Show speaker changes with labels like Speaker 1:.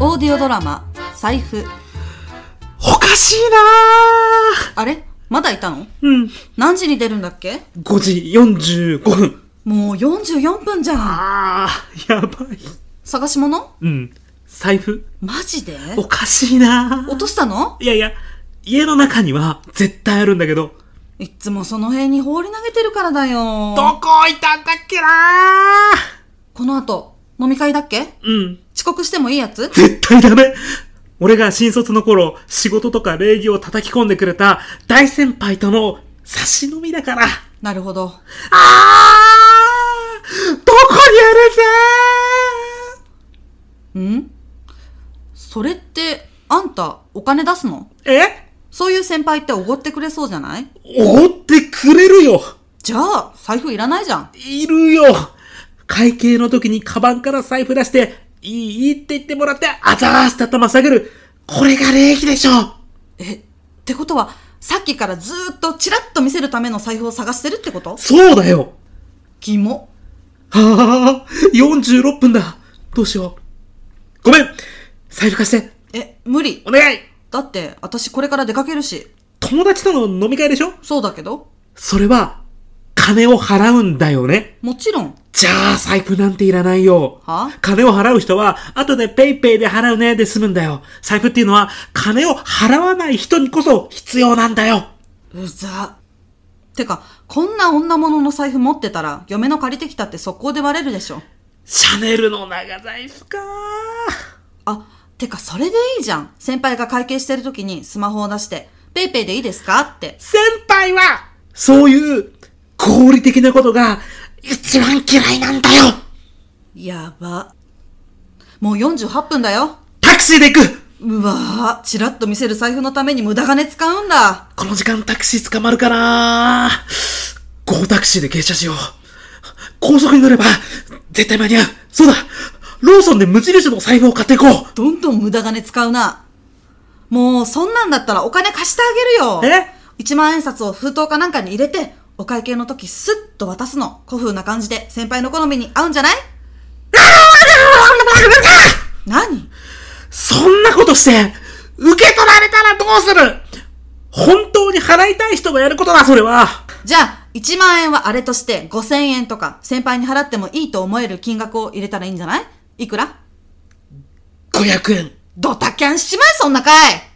Speaker 1: オーディオドラマ「財布
Speaker 2: おかしいな」
Speaker 1: あれまだいたの
Speaker 2: ーうん。
Speaker 1: 何時に出るんだっけ
Speaker 2: 5時45分。
Speaker 1: もう44分じゃん
Speaker 2: あー、やばい。
Speaker 1: 探し物
Speaker 2: うん。財布、
Speaker 1: マジで
Speaker 2: おかしいな
Speaker 1: 落としたの
Speaker 2: いやいや、家の中には絶対あるんだけど、
Speaker 1: いっつもその辺に放り投げてるからだよ
Speaker 2: どこ置いたんだっけな
Speaker 1: この後飲み会だっけ
Speaker 2: うん。
Speaker 1: 遅刻してもいいやつ
Speaker 2: 絶対ダメ俺が新卒の頃、仕事とか礼儀を叩き込んでくれた大先輩との差し飲みだから。
Speaker 1: なるほど
Speaker 2: あーどこにあるんだ
Speaker 1: んそれってあんたお金出すの
Speaker 2: え
Speaker 1: そういう先輩っておごってくれそうじゃない
Speaker 2: おごってくれるよ
Speaker 1: じゃあ財布いらないじゃん
Speaker 2: いるよ会計の時にカバンから財布出して、いいって言ってもらって、あざーすって頭下げる。これが礼儀でしょ
Speaker 1: えってことはさっきからずーっとチラッと見せるための財布を探してるってこと
Speaker 2: そうだよ
Speaker 1: キモ
Speaker 2: はあ、46分だどうしよう。ごめん財布貸して
Speaker 1: え無理
Speaker 2: お願い
Speaker 1: だって私これから出かけるし
Speaker 2: 友達との飲み会でしょ
Speaker 1: そうだけど
Speaker 2: それは、金を払うんだよね。
Speaker 1: もちろん
Speaker 2: じゃあ、財布なんていらないよ。
Speaker 1: は
Speaker 2: 金を払う人は、後でペイペイで払うねで済むんだよ。財布っていうのは、金を払わない人にこそ必要なんだよ。
Speaker 1: うざてかこんな女物の財布持ってたら嫁の借りてきたって速攻でバレるでしょ
Speaker 2: シャネルの長財布か
Speaker 1: あてかそれでいいじゃん先輩が会計してる時にスマホを出して「ペイペイでいいですか?」って
Speaker 2: 先輩は、そういう、合理的なことが、一番嫌いなんだよ
Speaker 1: やばもう48分だよ
Speaker 2: タクシーで行く
Speaker 1: うわぁチラッと見せる財布のために無駄金使うんだ
Speaker 2: この時間タクシー捕まるかなゴータクシーで停車しよう。高速に乗れば、絶対間に合う。そうだローソンで無印の財布を買っていこう
Speaker 1: どんどん無駄金使うなもうそんなんだったらお金貸してあげるよ
Speaker 2: え
Speaker 1: 1万円札を封筒かなんかに入れてお会計の時スッと渡すの古風な感じで先輩の好みに合うんじゃない何
Speaker 2: そんなことして、受け取られたらどうする本当に払いたい人がやることだ、それは
Speaker 1: じゃあ1万円はあれとして5000円とか先輩に払ってもいいと思える金額を入れたらいいんじゃないいくら
Speaker 2: !500 円。
Speaker 1: ドタキャンしまいそんなかい